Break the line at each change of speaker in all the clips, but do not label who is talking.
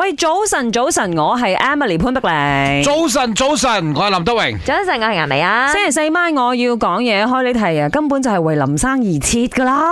喂，早晨，早晨，我係 Emily 潘碧玲。
早晨，早晨，我係林德榮。
早晨，我係顏美啊。
星期四晚我要講嘢，開呢題啊，根本就係為林生而設噶 啦，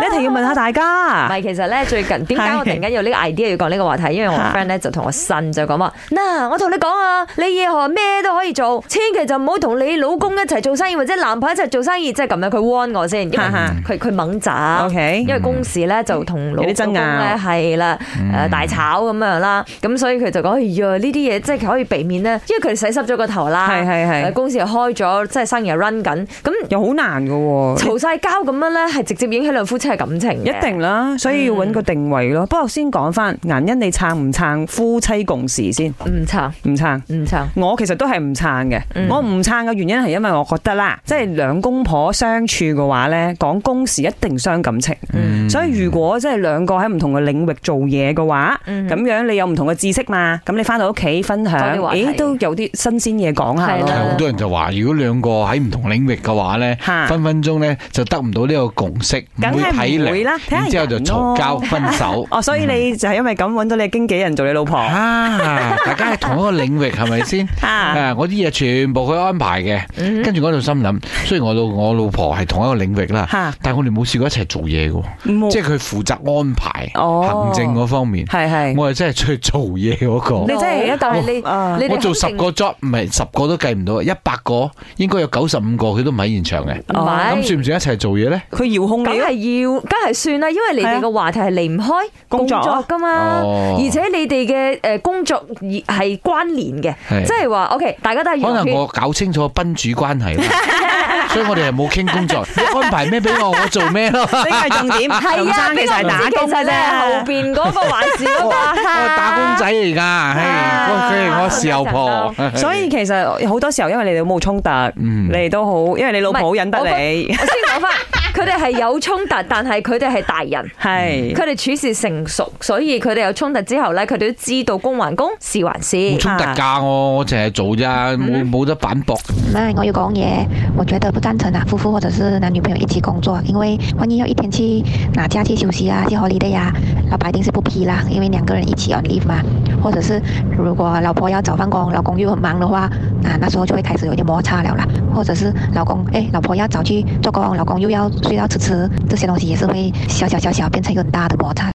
你一定要問下大
唔
家。
係，其實咧最近點解
係
我突然間有呢個 idea 要講呢個話題？因為我 friend 咧就同我呻就講話，嗱，我同你講啊，你以後咩都可以做，千祈就唔好同你老公一齊做生意或者男朋友一齊做生意，即係咁樣。佢 warn 我先，因為
哈哈
佢佢猛砸
OK 嗯
因為公事咧就同
有
老公
啲爭拗嗯
咧係啦，誒大吵咁樣啦，咁所以佢就講，哎呀呢啲嘢即係可以避免咧，因為佢哋洗濕咗個頭啦，
係係係哎
誒公事又開咗，即係生意又 run 緊，咁
又好難噶喎，
嘈晒交咁樣咧，係直接影響兩夫妻嘅感情嘅嗯
一定啦，所以要揾個定位咯。不過先講翻，顏欣你撐唔撐夫妻共事先？
唔撐。
唔撐。
唔撐，
我其實都係唔撐嘅，
嗯
我唔撐嘅原因係因為我覺得啦，即係兩公婆相處嘅話呢，講公事一定傷感情，
嗯
所以如果即係兩個喺唔同嘅領域做嘢嘅話，
嗯
咁樣你有唔同嘅知識嘛，咁你翻到屋企分享，
多啲話題
咦都有啲新鮮嘢講下
係
但係好
啦
咯，
多人就話，如果兩個喺唔同領域嘅話咧，
嚇
分分鐘咧就得唔到呢個共識，唔
梗
會
係
體
唔會
諒，
啦，睇下
然之後就
人
嘈
咯。
交分手
哦，所以你就係因為咁揾到你嘅經紀人做你 老婆
啊！大家喺同一個領域係咪先？
啊，
啊！我啲嘢全部佢安排嘅，跟住我喺度心諗，雖然我老我老婆係同一個領域啦，
嚇
但係我哋冇試過一齊做嘢嘅喎，
冇
即係佢負責安排
哦
行政嗰方面，
係係，
我係真係出去做嘢嗰個。
你真係一
但係你
哦
啊
你哋
我做十
肯定
個 job，唔係十個都計唔到，一百個應該有九十五個佢都唔喺現場嘅。
唔係
哦咁算唔算一齊做嘢咧？
佢遙控
梗
你咯，
係要，梗係算啦，因為你哋嘅話題係離唔開
工
工
作
作噶嘛，
啊哦
而且你哋嘅誒工作係關聯嘅，
係
即係話 OK，大家都係啊娛
可
樂
能我
圈，
搞清楚賓主關係 啦，所以我哋係冇傾工作，你安排咩俾我，我做咩 咯。
呢個係重點，
係
林
啊，
生其實係打
邊個唔知
工
其實咧
啫
後。邊嗰個還 是嗰個，
我係打工仔嚟噶，
啊
係我佢係我事後婆，
所以其實好多時候，因為你哋冇衝突，
嗯
你哋都好，因為你老婆好忍得你，
我先講翻，佢哋係有衝突，但係佢哋係 大人。
係
佢哋處事成熟，所以佢哋有衝突之後咧，佢哋都知道公還公，事還事。
冇衝突㗎，我我淨係做咋，冇
嗯
冇得反駁。
那我有講嘢，我覺得不贊成啊，夫婦或者是男女朋友一起工作，因為萬一要一天去拿假去休息啊，去 holiday 啊，老板一定是不批啦，因為兩個人一起 on leave 嘛。或者是如果老婆要早放工，老公又很忙的话，啊，那時候就會開始有點摩擦了啦。或者是老公，哎，老婆要早去做工，老公又要睡到遲遲，這些東西也是會小小小小變成一個很大的摩擦。